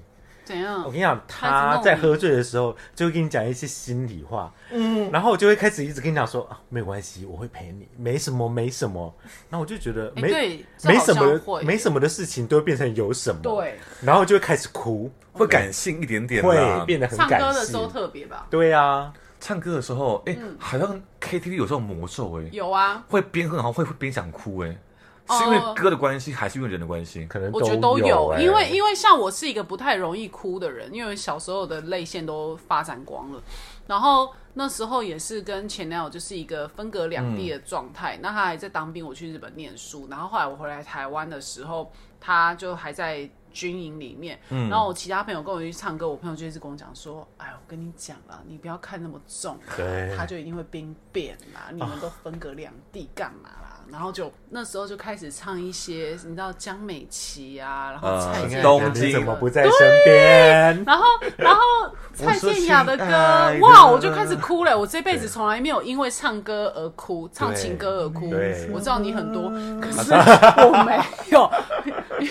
[SPEAKER 2] 怎样
[SPEAKER 1] 我？跟你讲，
[SPEAKER 2] 开始
[SPEAKER 1] 他
[SPEAKER 2] 弄你
[SPEAKER 1] 在喝醉的时候就会跟你讲一些心里话，嗯，然后我就会开始一直跟你讲说啊，没有关系，我会陪你，没什么，没什么。然后我就觉得
[SPEAKER 2] 哎
[SPEAKER 1] 没、
[SPEAKER 2] 对这
[SPEAKER 1] 没
[SPEAKER 2] 好
[SPEAKER 1] 什
[SPEAKER 2] 像
[SPEAKER 1] 么
[SPEAKER 2] 会，
[SPEAKER 1] 没什么的事情都会变成有什么，
[SPEAKER 2] 对，
[SPEAKER 1] 然后就会开始哭，
[SPEAKER 4] 会感性一点点啦。
[SPEAKER 1] 会变得很
[SPEAKER 2] 唱
[SPEAKER 1] 感
[SPEAKER 2] 歌的时
[SPEAKER 1] 性
[SPEAKER 2] 候特别吧？
[SPEAKER 1] 对啊，
[SPEAKER 4] 唱歌的时候，哎、好像 KTV 有这种魔咒哎、
[SPEAKER 2] 嗯有啊，
[SPEAKER 4] 会边哼好像会会边想哭哎、
[SPEAKER 2] 哦
[SPEAKER 4] 是因为歌的关系，还是因为人的关系？
[SPEAKER 1] 可能
[SPEAKER 2] 我觉得都有，哎
[SPEAKER 1] 欸
[SPEAKER 2] 因为因为像我是一个不太容易哭的人，因为小时候的泪腺都发展光了，然后那时候也是跟前男友就是一个分隔两地的状态。那他还在当兵，我去日本念书，然后后来我回来台湾的时候，他就还在。军营里面，然后我其他朋友跟我去唱歌，我朋友就一直跟我讲说：“哎，我跟你讲啦，你不要看那么重，
[SPEAKER 1] 对
[SPEAKER 2] 他就一定会兵变啦，你们都分隔两地干嘛啦？”然后就那时候就开始唱一些，你知道江美琪啊，然后
[SPEAKER 4] 呃
[SPEAKER 2] 蔡健雅
[SPEAKER 4] 东
[SPEAKER 2] 的
[SPEAKER 4] 京
[SPEAKER 1] 你怎
[SPEAKER 2] 歌
[SPEAKER 1] 么不在身边？
[SPEAKER 2] 然后，然后蔡健雅的
[SPEAKER 4] 我说亲爱
[SPEAKER 2] 歌，
[SPEAKER 4] 的
[SPEAKER 2] 哇，我就开始哭了。我这辈子从来没有因为唱歌而哭，唱情歌而哭
[SPEAKER 1] 对。
[SPEAKER 2] 我知道你很多，可是我没有，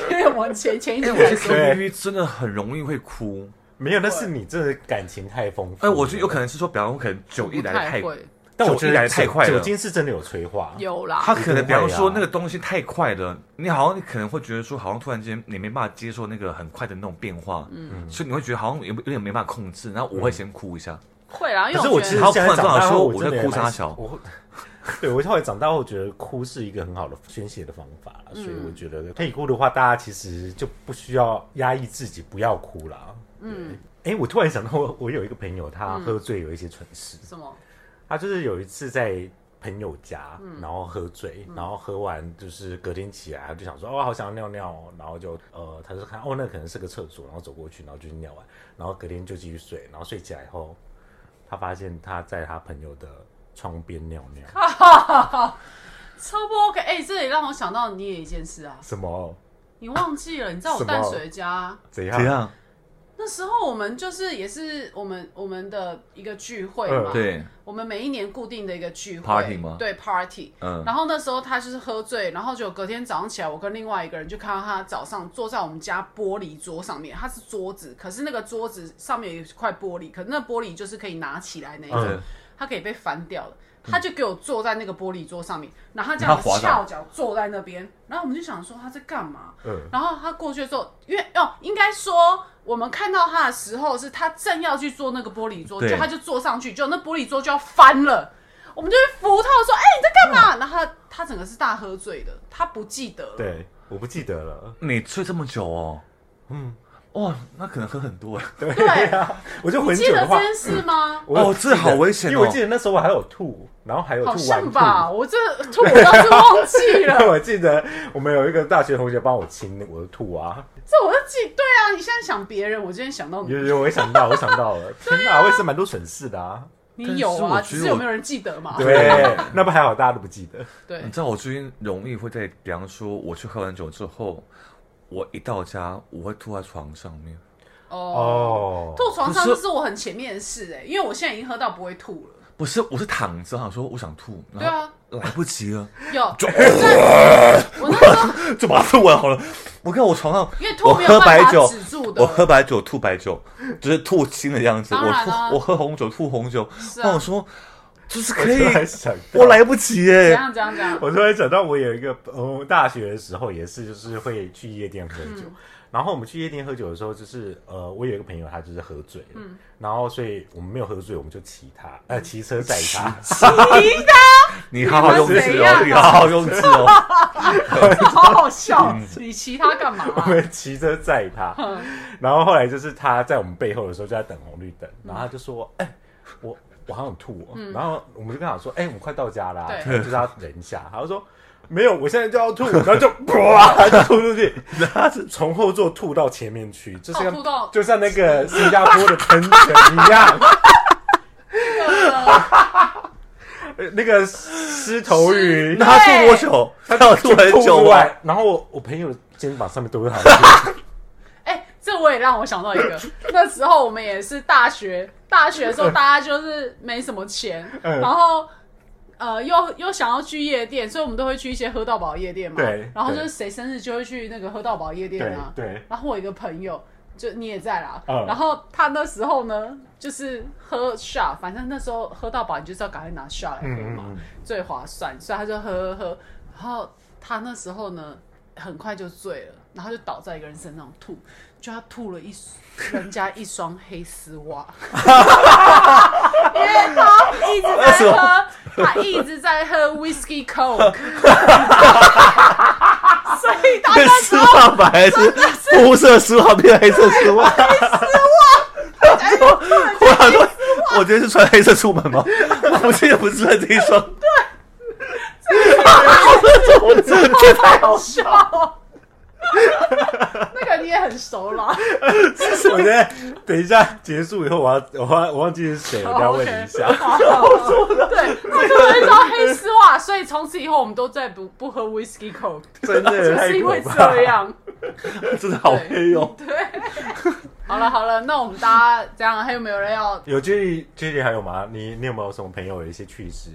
[SPEAKER 2] 因为我前前一
[SPEAKER 4] 哎、
[SPEAKER 2] 阵
[SPEAKER 4] 我觉
[SPEAKER 2] 才
[SPEAKER 4] 得
[SPEAKER 2] 说，
[SPEAKER 4] KTV 真的很容易会哭。
[SPEAKER 1] 没有，那是你真的感情太丰富。
[SPEAKER 4] 哎、我觉得有可能是说，比方说可能酒一
[SPEAKER 2] 不
[SPEAKER 4] 来得
[SPEAKER 2] 太
[SPEAKER 4] 太，
[SPEAKER 2] 会，
[SPEAKER 1] 但我
[SPEAKER 4] 酒
[SPEAKER 1] 觉
[SPEAKER 4] 一
[SPEAKER 1] 得
[SPEAKER 4] 来得太快
[SPEAKER 1] 酒
[SPEAKER 4] 了，
[SPEAKER 1] 精是真的有催化。
[SPEAKER 2] 有啦
[SPEAKER 4] 他。可能比方
[SPEAKER 1] 一定会
[SPEAKER 4] 说
[SPEAKER 1] 啊
[SPEAKER 4] 那个东西太快了，你好像你可能会觉得说，好像突然间你没办法接受那个很快的那种变化，嗯，所以你会觉得好像有有点没办法控制，然后我会先哭一下，
[SPEAKER 2] 会啦，因
[SPEAKER 1] 可
[SPEAKER 2] 为
[SPEAKER 1] 是我
[SPEAKER 2] 觉
[SPEAKER 1] 其实
[SPEAKER 2] 得
[SPEAKER 4] 然后
[SPEAKER 1] 现在
[SPEAKER 4] 突
[SPEAKER 1] 长
[SPEAKER 4] 然跟他
[SPEAKER 1] 大
[SPEAKER 4] 说
[SPEAKER 1] 后，
[SPEAKER 4] 我
[SPEAKER 1] 真的
[SPEAKER 4] 在
[SPEAKER 1] 也
[SPEAKER 4] 哭
[SPEAKER 1] 蛮
[SPEAKER 4] 傻小
[SPEAKER 1] 我 会对我后来长大后觉得哭是一个很好的宣泄的方法啦，所以我
[SPEAKER 2] 嗯
[SPEAKER 1] 觉得可以哭的话，大家其实就不需要压抑自己，不要哭啦。嗯，哎、我突然
[SPEAKER 2] 嗯
[SPEAKER 1] 想到我，我有一个朋友，他喝醉有一些蠢事，
[SPEAKER 2] 什么
[SPEAKER 1] 他就是有一次在。朋友家，
[SPEAKER 2] 嗯
[SPEAKER 1] 然后喝醉，然后喝完就是隔天起来，他就想说哦，好想尿尿哦，然后就呃，他就看哦，那可能是个厕所，然后走过去，然后就去尿完，然后隔天就继续睡，然后睡起来以后，他发现他在他朋友的窗边尿尿，
[SPEAKER 2] 超不 OK。哎、这也让我想到你也一件事啊，
[SPEAKER 1] 什么
[SPEAKER 2] 你忘记了？你知道我
[SPEAKER 1] 什么
[SPEAKER 2] 淡水家啊
[SPEAKER 1] 怎样
[SPEAKER 4] 怎样？
[SPEAKER 2] 那时候，我们就是也是我们我们的一个聚会嘛，
[SPEAKER 1] 嗯
[SPEAKER 4] 对，
[SPEAKER 2] 我们每一年固定的一个聚会
[SPEAKER 4] Party 吗
[SPEAKER 2] 对，party。
[SPEAKER 4] 嗯
[SPEAKER 2] 然后那时候他就是喝醉，然后就隔天早上起来，我跟另外一个人就看到他早上坐在我们家玻璃桌上面，他是桌子，可是那个桌子上面有一块玻璃，可是那玻璃就是可以拿起来那一种，
[SPEAKER 4] 嗯
[SPEAKER 2] 它可以被翻掉的。他就给我坐在那个玻璃桌上面，然后他这
[SPEAKER 4] 他
[SPEAKER 2] 样
[SPEAKER 4] 滑倒
[SPEAKER 2] 翘脚坐在那边，然后我们就想说他在干嘛？
[SPEAKER 1] 嗯
[SPEAKER 2] 然后他过去的时候，因为哦，应该说我们看到他的时候是他正要去坐那个玻璃桌，
[SPEAKER 4] 对
[SPEAKER 2] 就他就坐上去，就那玻璃桌就要翻了，我们就去扶他说：“哎、你在干嘛？”然后他他整个是大喝醉的，他不记得了。
[SPEAKER 1] 对，我不记得了，
[SPEAKER 4] 你睡这么久哦，嗯，哇，那可能喝很多哎。
[SPEAKER 2] 对，
[SPEAKER 1] 我就
[SPEAKER 2] 你
[SPEAKER 1] 很
[SPEAKER 2] 记
[SPEAKER 1] 久
[SPEAKER 2] 得
[SPEAKER 1] 的
[SPEAKER 2] 这
[SPEAKER 1] 话，
[SPEAKER 2] 件事吗？
[SPEAKER 1] 我有
[SPEAKER 4] 哦这好危险哦
[SPEAKER 1] 因为我记得那时候我还有吐，然后还有
[SPEAKER 2] 好
[SPEAKER 1] 吐完
[SPEAKER 2] 像
[SPEAKER 1] 吐。，
[SPEAKER 2] 吧，我这吐我倒是忘记 了
[SPEAKER 1] 我记得我们有一个大学同学帮我清我的吐啊，
[SPEAKER 2] 这我就记。对啊，你现在想别人，我今天想到你
[SPEAKER 1] 有，有我也想到，我想到了，天哪，我也是蛮多损失的啊。
[SPEAKER 2] 你有啊，
[SPEAKER 4] 但是我
[SPEAKER 2] 只
[SPEAKER 4] 觉
[SPEAKER 2] 是
[SPEAKER 4] 得
[SPEAKER 2] 有
[SPEAKER 4] 我
[SPEAKER 2] 没有人记得嘛？
[SPEAKER 1] 对，那不还好，大家都不记得。
[SPEAKER 2] 对
[SPEAKER 4] 你知道我最近容易会在，比方说我去喝完酒之后，我一到家我会吐在床上面。
[SPEAKER 2] 哦，
[SPEAKER 1] 哦，
[SPEAKER 2] 吐床上
[SPEAKER 4] 不
[SPEAKER 2] 这
[SPEAKER 4] 是
[SPEAKER 2] 是我很前面的事哎，因为我现在已经喝到不会吐了。
[SPEAKER 4] 不是，我是躺着，想说我想吐，
[SPEAKER 2] 对
[SPEAKER 4] 然
[SPEAKER 2] 啊
[SPEAKER 4] 后来不及了，
[SPEAKER 2] 有，
[SPEAKER 4] 就
[SPEAKER 2] 我那 时候
[SPEAKER 4] 就把它吐完好了。我看我床上
[SPEAKER 2] 因为，吐
[SPEAKER 4] 我
[SPEAKER 2] 没有
[SPEAKER 4] 喝
[SPEAKER 2] 办
[SPEAKER 4] 白
[SPEAKER 2] 法
[SPEAKER 4] 酒
[SPEAKER 2] 止住，的
[SPEAKER 4] 我喝白酒吐白酒，就是吐清的样子。
[SPEAKER 2] 当
[SPEAKER 4] 我
[SPEAKER 2] 然啊
[SPEAKER 4] 吐，我喝红酒吐红酒。
[SPEAKER 2] 是啊
[SPEAKER 4] 那我说，就是
[SPEAKER 1] 我
[SPEAKER 4] 可以
[SPEAKER 1] 突，然想到，
[SPEAKER 4] 我来不及
[SPEAKER 2] 怎
[SPEAKER 4] 哎。
[SPEAKER 2] 样怎样怎样，
[SPEAKER 1] 我突然想到，我有一个呃，大学的时候也是，就是会去夜店喝酒。然后我们去夜店喝酒的时候，就是呃，我有一个朋友，他就是喝醉了，然后所以我们没有喝醉，我们就骑他，呃，骑车载他，
[SPEAKER 4] 你好好用字
[SPEAKER 2] 你们怎
[SPEAKER 4] 哦，
[SPEAKER 2] 样
[SPEAKER 4] 你好好用字哦。
[SPEAKER 2] 好好笑。
[SPEAKER 4] 嗯
[SPEAKER 2] 你骑他 干嘛啊
[SPEAKER 1] 我们骑车载他。
[SPEAKER 2] 嗯
[SPEAKER 1] 然后后来就是他在我们背后的时候就在等红绿灯，
[SPEAKER 2] 嗯
[SPEAKER 1] 然后他就说：“哎、我我好想吐、哦。然后我们就跟他说：“哎、我们快到家啦、
[SPEAKER 2] 对
[SPEAKER 1] 就是他忍一下。他就说：“没有，我现在就要吐。”然后就 啪就吐出去，他是从后座吐到前面去，就
[SPEAKER 2] 哦
[SPEAKER 1] 像
[SPEAKER 2] 吐到
[SPEAKER 1] 就像那个新加坡的喷泉一样。呃 那个狮头鱼，
[SPEAKER 4] 那他吐多久？他要吐很
[SPEAKER 1] 吐
[SPEAKER 4] 久
[SPEAKER 1] 出
[SPEAKER 4] 吗？
[SPEAKER 1] 来，然后我我朋友的肩膀上面都是他的血。
[SPEAKER 2] 哎，这我也让我想到一个，那时候我们也是大学，大学的时候大家就是没什么钱，
[SPEAKER 1] 嗯
[SPEAKER 2] 然后。呃，又又想要去夜店，所以我们都会去一些喝到饱夜店嘛。
[SPEAKER 1] 对
[SPEAKER 2] 然后就
[SPEAKER 1] 对
[SPEAKER 2] 是谁生日就会去那个喝到饱夜店啊。
[SPEAKER 1] 对对
[SPEAKER 2] 然后我有一个朋友，就你也在啦。
[SPEAKER 1] 嗯
[SPEAKER 2] 然后他那时候呢，就是喝 shot，反正那时候喝到饱，你就是要赶快拿 shot 来喝嘛。
[SPEAKER 1] 嗯嗯嗯
[SPEAKER 2] 最划算，所以他就喝喝喝，然后他那时候呢，很快就醉了，然后就倒在一个人身上吐，就他吐了一人家一双黑丝袜， 因为他一直在喝，他一直在喝 whisky coke，所以他
[SPEAKER 4] 是丝袜白还是肤色丝袜变黑色丝袜？
[SPEAKER 2] 哎
[SPEAKER 4] 我想说，我今天是穿黑色出门吗？ 我今天不是穿这一双。对，这太好笑。
[SPEAKER 2] 笑。 那个你也很熟 啦，
[SPEAKER 1] 我觉得等一下结束以后，我要我要我忘记是谁了，我要问一下。
[SPEAKER 2] 对，他吐了一双黑丝袜，所以从此以后我们都再不不喝 whisky coke。
[SPEAKER 1] 真的
[SPEAKER 2] 就是
[SPEAKER 1] 太
[SPEAKER 2] 因为
[SPEAKER 1] 可怕
[SPEAKER 2] 这
[SPEAKER 1] 了。
[SPEAKER 2] 样。
[SPEAKER 4] 真的 好黑哦！
[SPEAKER 2] 好了好了，那我们大家这样，还有没有人要？
[SPEAKER 1] 有 J J J 还有吗？你你有没有什么朋友有一些趣事？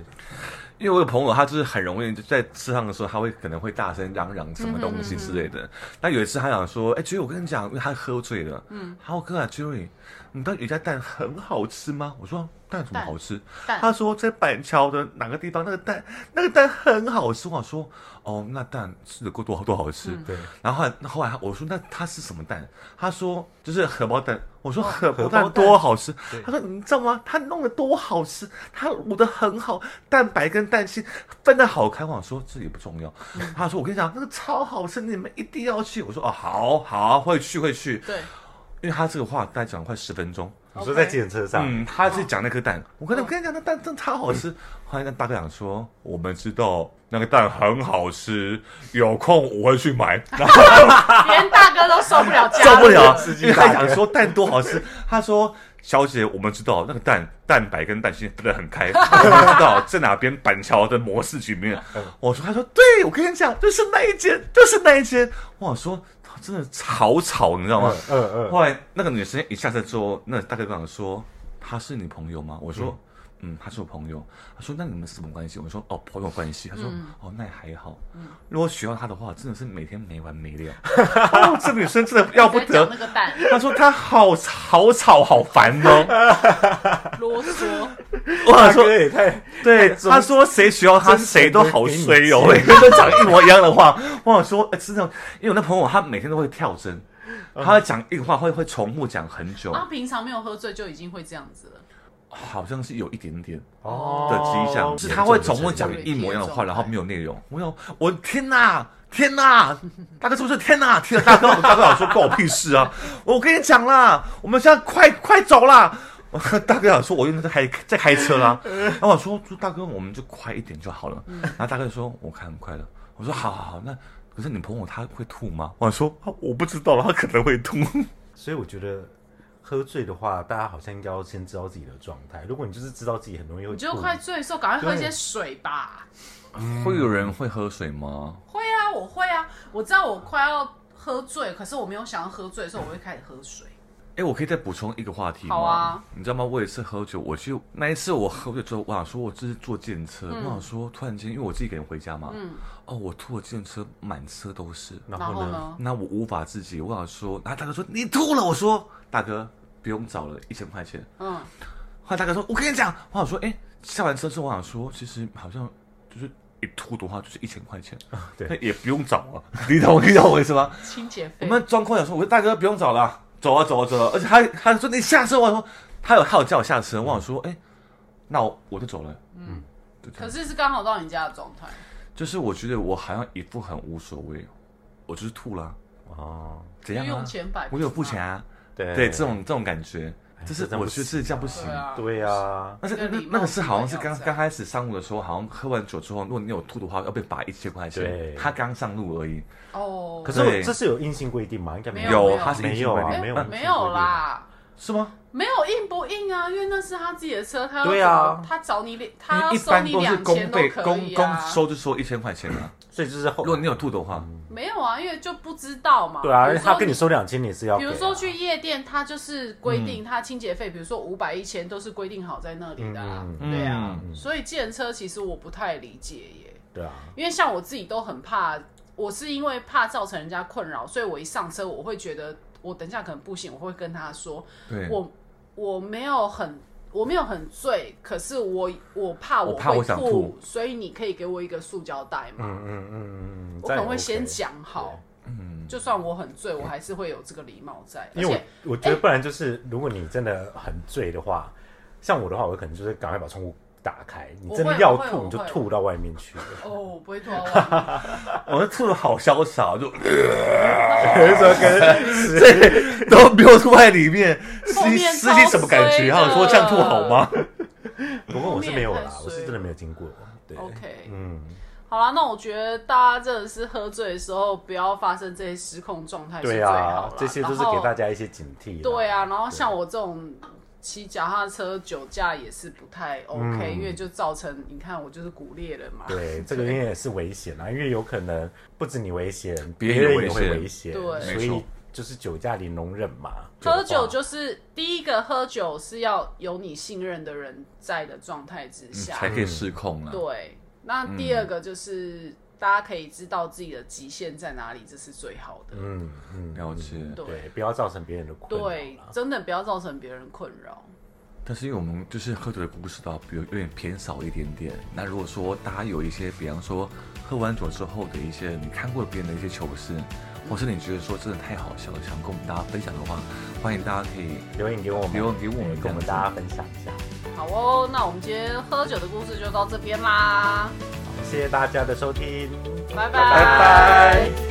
[SPEAKER 4] 因为我有朋友，他就是很容易在吃饭的时候，他会可能会大声嚷嚷什么东西之类的。那有一次他想说：“哎、j e r r y 我跟你讲，因为他喝醉了。”嗯，他我哥啊，Jerry，你知道有一家蛋很好吃吗？我说蛋怎么
[SPEAKER 2] 蛋
[SPEAKER 4] 好吃？
[SPEAKER 2] 蛋
[SPEAKER 4] 他说在板桥的哪个地方那个蛋，那个蛋很好吃。我说哦，那蛋吃的够多多好吃。
[SPEAKER 1] 对，
[SPEAKER 4] 然后后来那后来我说那它是什么蛋？他说就是荷包蛋。我说哦荷包
[SPEAKER 1] 荷包
[SPEAKER 4] 蛋
[SPEAKER 1] 蛋
[SPEAKER 4] 多好吃。他说你知道吗？他弄得多好吃，他卤的很好，蛋白跟蛋清分的好开。我说这也不重要。他说我跟你讲，那个超好吃，你们一定要去。我说哦，好好会去会去。
[SPEAKER 2] 对，
[SPEAKER 4] 因为他这个话大概讲了快十分钟，
[SPEAKER 1] 你说在计程车上，
[SPEAKER 4] 嗯，他是讲那颗蛋，我跟他我跟你讲，那蛋真的超好吃。后来跟大哥讲说，我们知道那个蛋很好吃，有空我会去买。然后
[SPEAKER 2] 连大哥都受不了家，
[SPEAKER 4] 受不了啊
[SPEAKER 1] 司，机
[SPEAKER 4] 因为他
[SPEAKER 1] 大哥
[SPEAKER 4] 讲说蛋多好吃，他说。小姐，我们知道那个蛋蛋白跟蛋心分得很开，我们知道在哪边板桥的模式局面。
[SPEAKER 1] 嗯
[SPEAKER 4] 我说，他说，对我跟你讲，就是那一间，就是那一间。我说，他真的好吵，你知道吗？
[SPEAKER 1] 嗯嗯，
[SPEAKER 4] 后来那个女生一下车之后，那大哥跟我说：“他是你朋友吗？”我说：“嗯，他是我朋友。”他说：“那你们是什么关系？”我说：“哦，朋友关系。”他说：“
[SPEAKER 1] 嗯
[SPEAKER 4] 哦，那也还好。如果娶到她的话，真的是每天没完没了。 哦，这女生真的要不
[SPEAKER 2] 在讲
[SPEAKER 4] 得
[SPEAKER 2] 那。个蛋
[SPEAKER 4] 他说她好好吵，好烦 哦。
[SPEAKER 2] 啰嗦，
[SPEAKER 4] 我
[SPEAKER 1] 大
[SPEAKER 4] 想说
[SPEAKER 1] 哥，哎也太
[SPEAKER 4] 对，
[SPEAKER 1] 中
[SPEAKER 4] 他说谁学到他谁都好衰哦，每
[SPEAKER 1] 真
[SPEAKER 4] 个人都讲一模一样的话。我想说，哎，真的，因为我那朋友他每天都会跳针，
[SPEAKER 1] 嗯
[SPEAKER 4] 他讲一个话会会重复讲很久。
[SPEAKER 2] 他啊平常没有喝醉就已经会这样子了。
[SPEAKER 4] 好像是有一点点
[SPEAKER 1] 哦
[SPEAKER 4] 的迹象，是他会重复讲
[SPEAKER 2] 严重的
[SPEAKER 4] 一模一样的话，
[SPEAKER 2] 严重
[SPEAKER 4] 然后没有内容。我有，我天哪，天哪，大哥是不是？天哪，天哪，大哥，大哥想说关我屁事啊！ 我跟你讲啦，我们现在快快走啦！ 我大哥想说，我用在开在开车啦。 嗯然后我说，说大哥，我们就快一点就好了。然后大哥就说，我开很快了。我说，好好好，那可是你朋友他会吐吗？我说，啊我不知道了，他可能会吐。
[SPEAKER 1] 所以我觉得喝醉的话，大家好像应该要先知道自己的状态。如果你就是知道自己很容易会吐，
[SPEAKER 2] 你就
[SPEAKER 4] 嗯
[SPEAKER 2] 快醉的时候，赶快喝一些水吧。
[SPEAKER 4] 会有人会喝水吗？
[SPEAKER 2] 会啊，我会啊，我知道我快要喝醉，可是我没有想要喝醉的时候，我会开始喝水。
[SPEAKER 4] 哎，我可以再补充一个话题吗？
[SPEAKER 2] 好啊
[SPEAKER 4] 你知道吗？我有一次喝酒，我去那一次我喝酒之后，我想说，我这是坐电车，
[SPEAKER 2] 嗯
[SPEAKER 4] 我想说，突然间，因为我自己一个人回家嘛，哦，我吐了电车，满车都是，
[SPEAKER 1] 然
[SPEAKER 2] 然
[SPEAKER 1] 后
[SPEAKER 2] 后
[SPEAKER 1] 呢？
[SPEAKER 2] 呢？
[SPEAKER 4] 那我无法自己，我想说，然后大哥说你吐了，我说大哥不用找了，一千块钱。
[SPEAKER 2] 嗯，
[SPEAKER 4] 后来哎大哥说，我跟你讲，我想说，哎，下完车之后，我想说，其实好像就是一吐的话就是一千块钱，
[SPEAKER 1] 对
[SPEAKER 4] 那也不用找了，你懂你懂我意思吗？
[SPEAKER 2] 清洁费。
[SPEAKER 4] 我们装空想说，我说大哥不用找了啊，走啊走啊走啊，而且他他说你下车，我说他有他有叫我下车，我想说，哎、那我我就走了，嗯，就这
[SPEAKER 2] 可
[SPEAKER 4] 样，
[SPEAKER 2] 是是刚好到你家的状态，
[SPEAKER 4] 就是我觉得我好像一副很无所谓，我就是吐了啊、
[SPEAKER 1] 哦，
[SPEAKER 4] 怎
[SPEAKER 2] 就
[SPEAKER 4] 样
[SPEAKER 2] 用
[SPEAKER 4] 啊？
[SPEAKER 2] 钱摆。
[SPEAKER 4] 我有付钱。啊，
[SPEAKER 1] 对
[SPEAKER 4] 对，这种这种感觉，就是
[SPEAKER 1] 哎这样
[SPEAKER 4] 我
[SPEAKER 1] 不行
[SPEAKER 4] 觉得是这样不行
[SPEAKER 2] 对。啊，
[SPEAKER 1] 对啊，
[SPEAKER 4] 但是
[SPEAKER 2] 这个
[SPEAKER 4] 那
[SPEAKER 2] 礼貌
[SPEAKER 4] 那个是好像是
[SPEAKER 2] 不能
[SPEAKER 4] 刚
[SPEAKER 2] 要这样
[SPEAKER 4] 刚开始上路的时候，好像喝完酒之后，如果你有吐的话，要被罚一千块钱
[SPEAKER 1] 对。
[SPEAKER 4] 他刚上路而已，
[SPEAKER 2] 哦，
[SPEAKER 1] 可是我
[SPEAKER 4] 对
[SPEAKER 1] 这是有硬性规定吗？应该没
[SPEAKER 2] 没有
[SPEAKER 4] 有他是
[SPEAKER 1] 没有啊
[SPEAKER 4] 一千块钱
[SPEAKER 2] 哎
[SPEAKER 1] 没有啊
[SPEAKER 2] 没有啦，
[SPEAKER 4] 是吗？
[SPEAKER 2] 没有硬不硬啊？因为那是他自己的车，他要
[SPEAKER 1] 对啊
[SPEAKER 2] 找他找你，他
[SPEAKER 4] 因
[SPEAKER 2] 要
[SPEAKER 4] 为一
[SPEAKER 2] 收
[SPEAKER 4] 般
[SPEAKER 2] 你
[SPEAKER 4] 都是
[SPEAKER 2] 两
[SPEAKER 4] 公
[SPEAKER 2] 千都
[SPEAKER 4] 费
[SPEAKER 2] 可
[SPEAKER 4] 公
[SPEAKER 2] 以
[SPEAKER 4] 公
[SPEAKER 2] 啊。
[SPEAKER 4] 收就收一千块钱啊。
[SPEAKER 1] 所以就是后
[SPEAKER 4] 如果你有吐的话，
[SPEAKER 2] 没有啊，因为就不知道嘛。
[SPEAKER 1] 对啊，因
[SPEAKER 2] 比如
[SPEAKER 1] 为
[SPEAKER 2] 说
[SPEAKER 1] 他跟你收两千，你也是要
[SPEAKER 2] 比
[SPEAKER 1] 给啊。
[SPEAKER 2] 如说去夜店，它就是规定它清洁费，比如说五百一千都是规定好在那里的、啊，
[SPEAKER 4] 嗯
[SPEAKER 2] 对啊。
[SPEAKER 4] 嗯
[SPEAKER 2] 所以建车其实我不太理解耶，
[SPEAKER 1] 对啊，
[SPEAKER 2] 因为像我自己都很怕，我是因为怕造成人家困扰，所以我一上车我会觉得我等一下可能不行，我会跟他说
[SPEAKER 4] 对，
[SPEAKER 2] 我我没有很。我没有很醉，可是我我怕
[SPEAKER 4] 我
[SPEAKER 2] 会
[SPEAKER 4] 怕我想吐
[SPEAKER 2] 所以你可以给我一个塑胶袋嘛？
[SPEAKER 1] 嗯嗯嗯嗯，这
[SPEAKER 2] 我可
[SPEAKER 1] 样
[SPEAKER 2] 能会
[SPEAKER 1] OK
[SPEAKER 2] 先，讲好，
[SPEAKER 4] 嗯
[SPEAKER 2] 就算我很醉，我还是会有这个礼貌在。而
[SPEAKER 1] 因为
[SPEAKER 2] 且
[SPEAKER 1] 我我觉得不然就是，如果你真的很醉的话，像我的话，我可能就是赶快把窗户打开，你真
[SPEAKER 2] 我
[SPEAKER 1] 的
[SPEAKER 2] 会
[SPEAKER 1] 要
[SPEAKER 2] 我会
[SPEAKER 1] 吐你就
[SPEAKER 2] 我会
[SPEAKER 1] 吐到外面去 了。
[SPEAKER 2] 哦，我不会脱袜子，
[SPEAKER 4] 我吐的好潇洒， 就
[SPEAKER 1] 为什么跟
[SPEAKER 4] 对，都没有吐在里面，
[SPEAKER 2] 后
[SPEAKER 4] 司机
[SPEAKER 2] 面
[SPEAKER 4] 司机什么感
[SPEAKER 2] 超衰
[SPEAKER 4] 觉？
[SPEAKER 2] 的
[SPEAKER 4] 他说这样吐好吗？
[SPEAKER 1] 不过我是没有啦
[SPEAKER 2] 后面太，衰
[SPEAKER 1] 我是真的没有经过。对
[SPEAKER 2] OK
[SPEAKER 1] 嗯，
[SPEAKER 2] 好啦，那我觉得大家真的是喝醉的时候不要发生这些失控状态是
[SPEAKER 1] 对
[SPEAKER 2] 最好啦
[SPEAKER 1] 啊，这些都是给大
[SPEAKER 2] 然后
[SPEAKER 1] 家一些警惕啦。
[SPEAKER 2] 对啊，然后
[SPEAKER 1] 对
[SPEAKER 2] 像我这种骑脚踏车酒驾也是不太 OK，、
[SPEAKER 1] 嗯
[SPEAKER 2] 因为就造成你看我就是骨裂了嘛。
[SPEAKER 1] 对，这个因为也是危险啊，因为有可能不止你危险，
[SPEAKER 4] 别
[SPEAKER 1] 别
[SPEAKER 4] 人也
[SPEAKER 1] 人也会
[SPEAKER 4] 危
[SPEAKER 1] 危险，
[SPEAKER 2] 对
[SPEAKER 1] 所
[SPEAKER 4] 没错
[SPEAKER 1] 以就是酒驾零容忍嘛。
[SPEAKER 2] 喝
[SPEAKER 1] 酒
[SPEAKER 2] 酒
[SPEAKER 1] 的话
[SPEAKER 2] 就是第一个，喝酒是要有你信任的人在的状态之
[SPEAKER 1] 嗯
[SPEAKER 2] 下，
[SPEAKER 4] 才嗯可以失控啊！
[SPEAKER 2] 对，那第二个就是、大家可以知道自己的极限在哪里，这是最好的。
[SPEAKER 1] 嗯嗯，
[SPEAKER 4] 了解。
[SPEAKER 2] 对
[SPEAKER 1] 对，不要造成别人的困扰
[SPEAKER 2] 对
[SPEAKER 1] 啦，
[SPEAKER 2] 真的不要造成别人困扰。
[SPEAKER 4] 但是因为我们就是喝酒的故事倒有有点偏少一点点。那如果说大家有一些，比方说喝完酒之后的一些你看过别人的一些糗事，或是你觉得说真的太好笑了，想跟我们大家分享的话，欢迎大家可以
[SPEAKER 1] 留言给我们，
[SPEAKER 4] 留言给我们
[SPEAKER 1] 对跟我们大家分享一下。
[SPEAKER 2] 好哦，那我们今天喝酒的故事就到这边啦，
[SPEAKER 1] 好谢谢大家的收听，
[SPEAKER 2] 拜拜
[SPEAKER 1] 拜拜